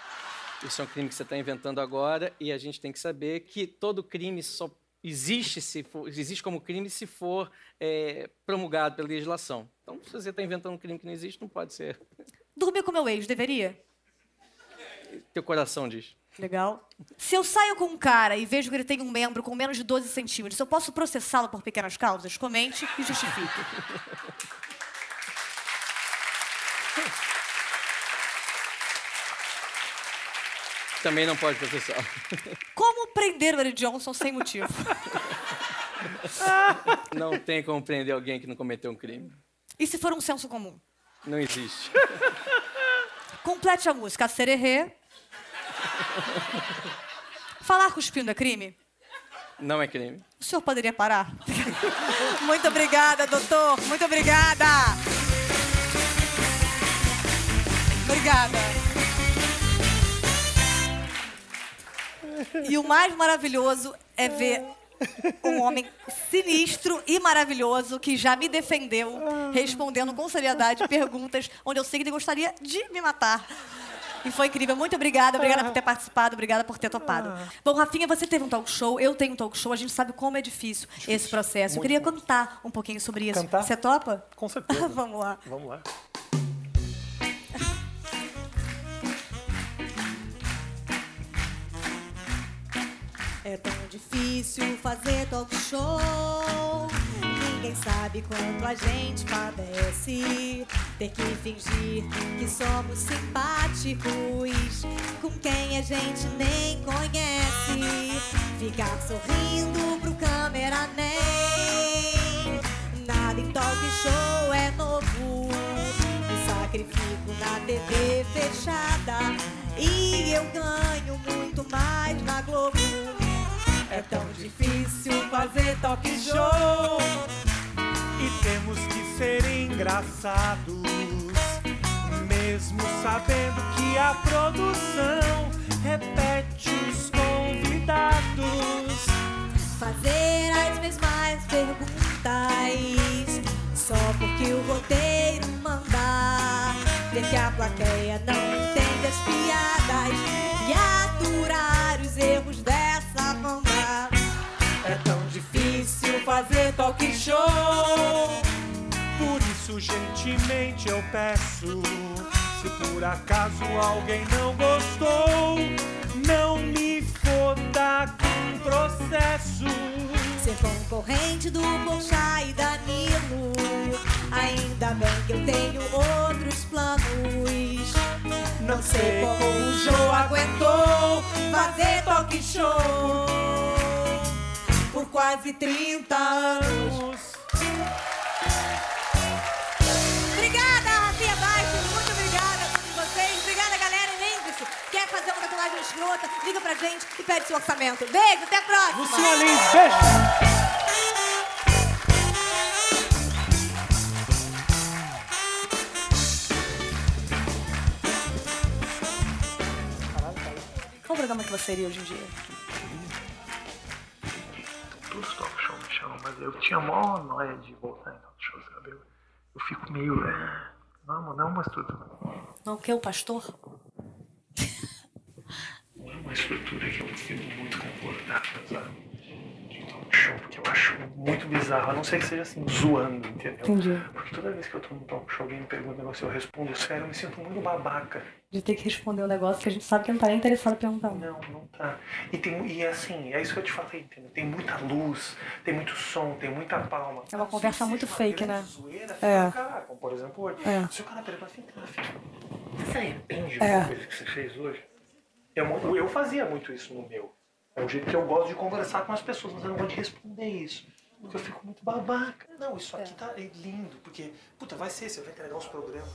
S8: Isso é um crime que você está inventando agora e a gente tem que saber que todo crime só existe se for, existe como crime se for é, promulgado pela legislação. Então, se você está inventando um crime que não existe, não pode ser.
S1: Dormir com meu ex, deveria?
S8: Teu coração diz.
S1: Legal. Se eu saio com um cara e vejo que ele tem um membro com menos de 12 centímetros, eu posso processá-lo por pequenas causas? Comente e justifique.
S8: Também não pode processar.
S1: Como prender o Eric Johnson sem motivo?
S8: Não tem como prender alguém que não cometeu um crime.
S1: E se for um senso comum?
S8: Não existe.
S1: Complete a música. Sererê. Falar cuspindo é crime?
S8: Não é crime.
S1: O senhor poderia parar? Muito obrigada, doutor. Muito obrigada. Obrigada. E o mais maravilhoso é ver um homem sinistro e maravilhoso que já me defendeu, respondendo com seriedade perguntas onde eu sei que ele gostaria de me matar. E foi incrível. Muito obrigada. Obrigada por ter participado. Obrigada por ter topado. Bom, Rafinha, você teve um talk show. Eu tenho um talk show. A gente sabe como é difícil esse processo. eu queria contar um pouquinho sobre isso.
S3: Cantar?
S1: Você topa?
S3: Com certeza.
S1: Vamos lá.
S3: Vamos lá.
S1: É tão difícil fazer talk show. Ninguém Ninguém sabe quanto a gente padece. Ter que fingir que somos simpáticos com quem a gente nem conhece. Ficar sorrindo pro câmera nem. Nada em talk show é novo. Me sacrifico na TV fechada e eu ganho muito mais na Globo. É tão difícil fazer talk show.
S5: E temos que ser engraçados, mesmo sabendo que a produção repete os convidados.
S1: Fazer as mesmas perguntas só porque o roteiro manda. Ver que a plateia não entende as piadas e aturar os erros dessa banda.
S5: É tão difícil fazer talk show. Por isso, gentilmente eu peço: se por acaso alguém não gostou, não me foda com processo.
S1: Ser concorrente do Conchá e Danilo. Ainda bem que eu tenho outros planos. Não sei como o Jô aguentou fazer talk show por quase 30 anos.
S9: Obrigada, Rafinha Baixos. Muito obrigada a todos vocês. Obrigada, galera. E lembre-se, quer fazer uma tatuagem escrota? Liga pra gente e pede seu orçamento. Beijo, até a próxima.
S5: Luciana Lins, beijo!
S9: Qual o programa que você seria hoje em dia?
S3: todos os talk show me chamam, mas eu tinha mó noia de voltar em talk show, sabe? Eu, eu fico meio. "Ah, Vamos, não, mas tudo.
S9: Não, que o pastor?
S3: uma estrutura que eu fico muito confortável, sabe? De talk show, porque eu acho muito bizarro, a não ser que seja assim, zoando, entendeu?
S9: Entendi.
S3: Porque toda vez que eu tô num talk show, alguém me pergunta um negócio e eu respondo sério, eu me sinto muito babaca.
S9: De ter que responder um negócio que a gente sabe que não tá nem interessado perguntando.
S3: Não, não tá. E, tem, e é assim, é isso que eu te falei, entendeu? Tem muita luz, tem muito som, tem muita palma.
S9: É uma conversa muito fake, né?
S3: É.
S9: É.
S3: Cara, como por exemplo hoje.
S9: É.
S3: Se o cara pergunta assim, "Tá, filho, você se arrepende de
S9: É.
S3: uma coisa que você fez hoje? É uma- eu fazia muito isso no meu. É um jeito que eu gosto de conversar com as pessoas, mas eu não vou te responder isso. é Porque eu fico muito babaca. Não, isso aqui tá é lindo, porque, puta, vai ser, você vai entregar uns programas.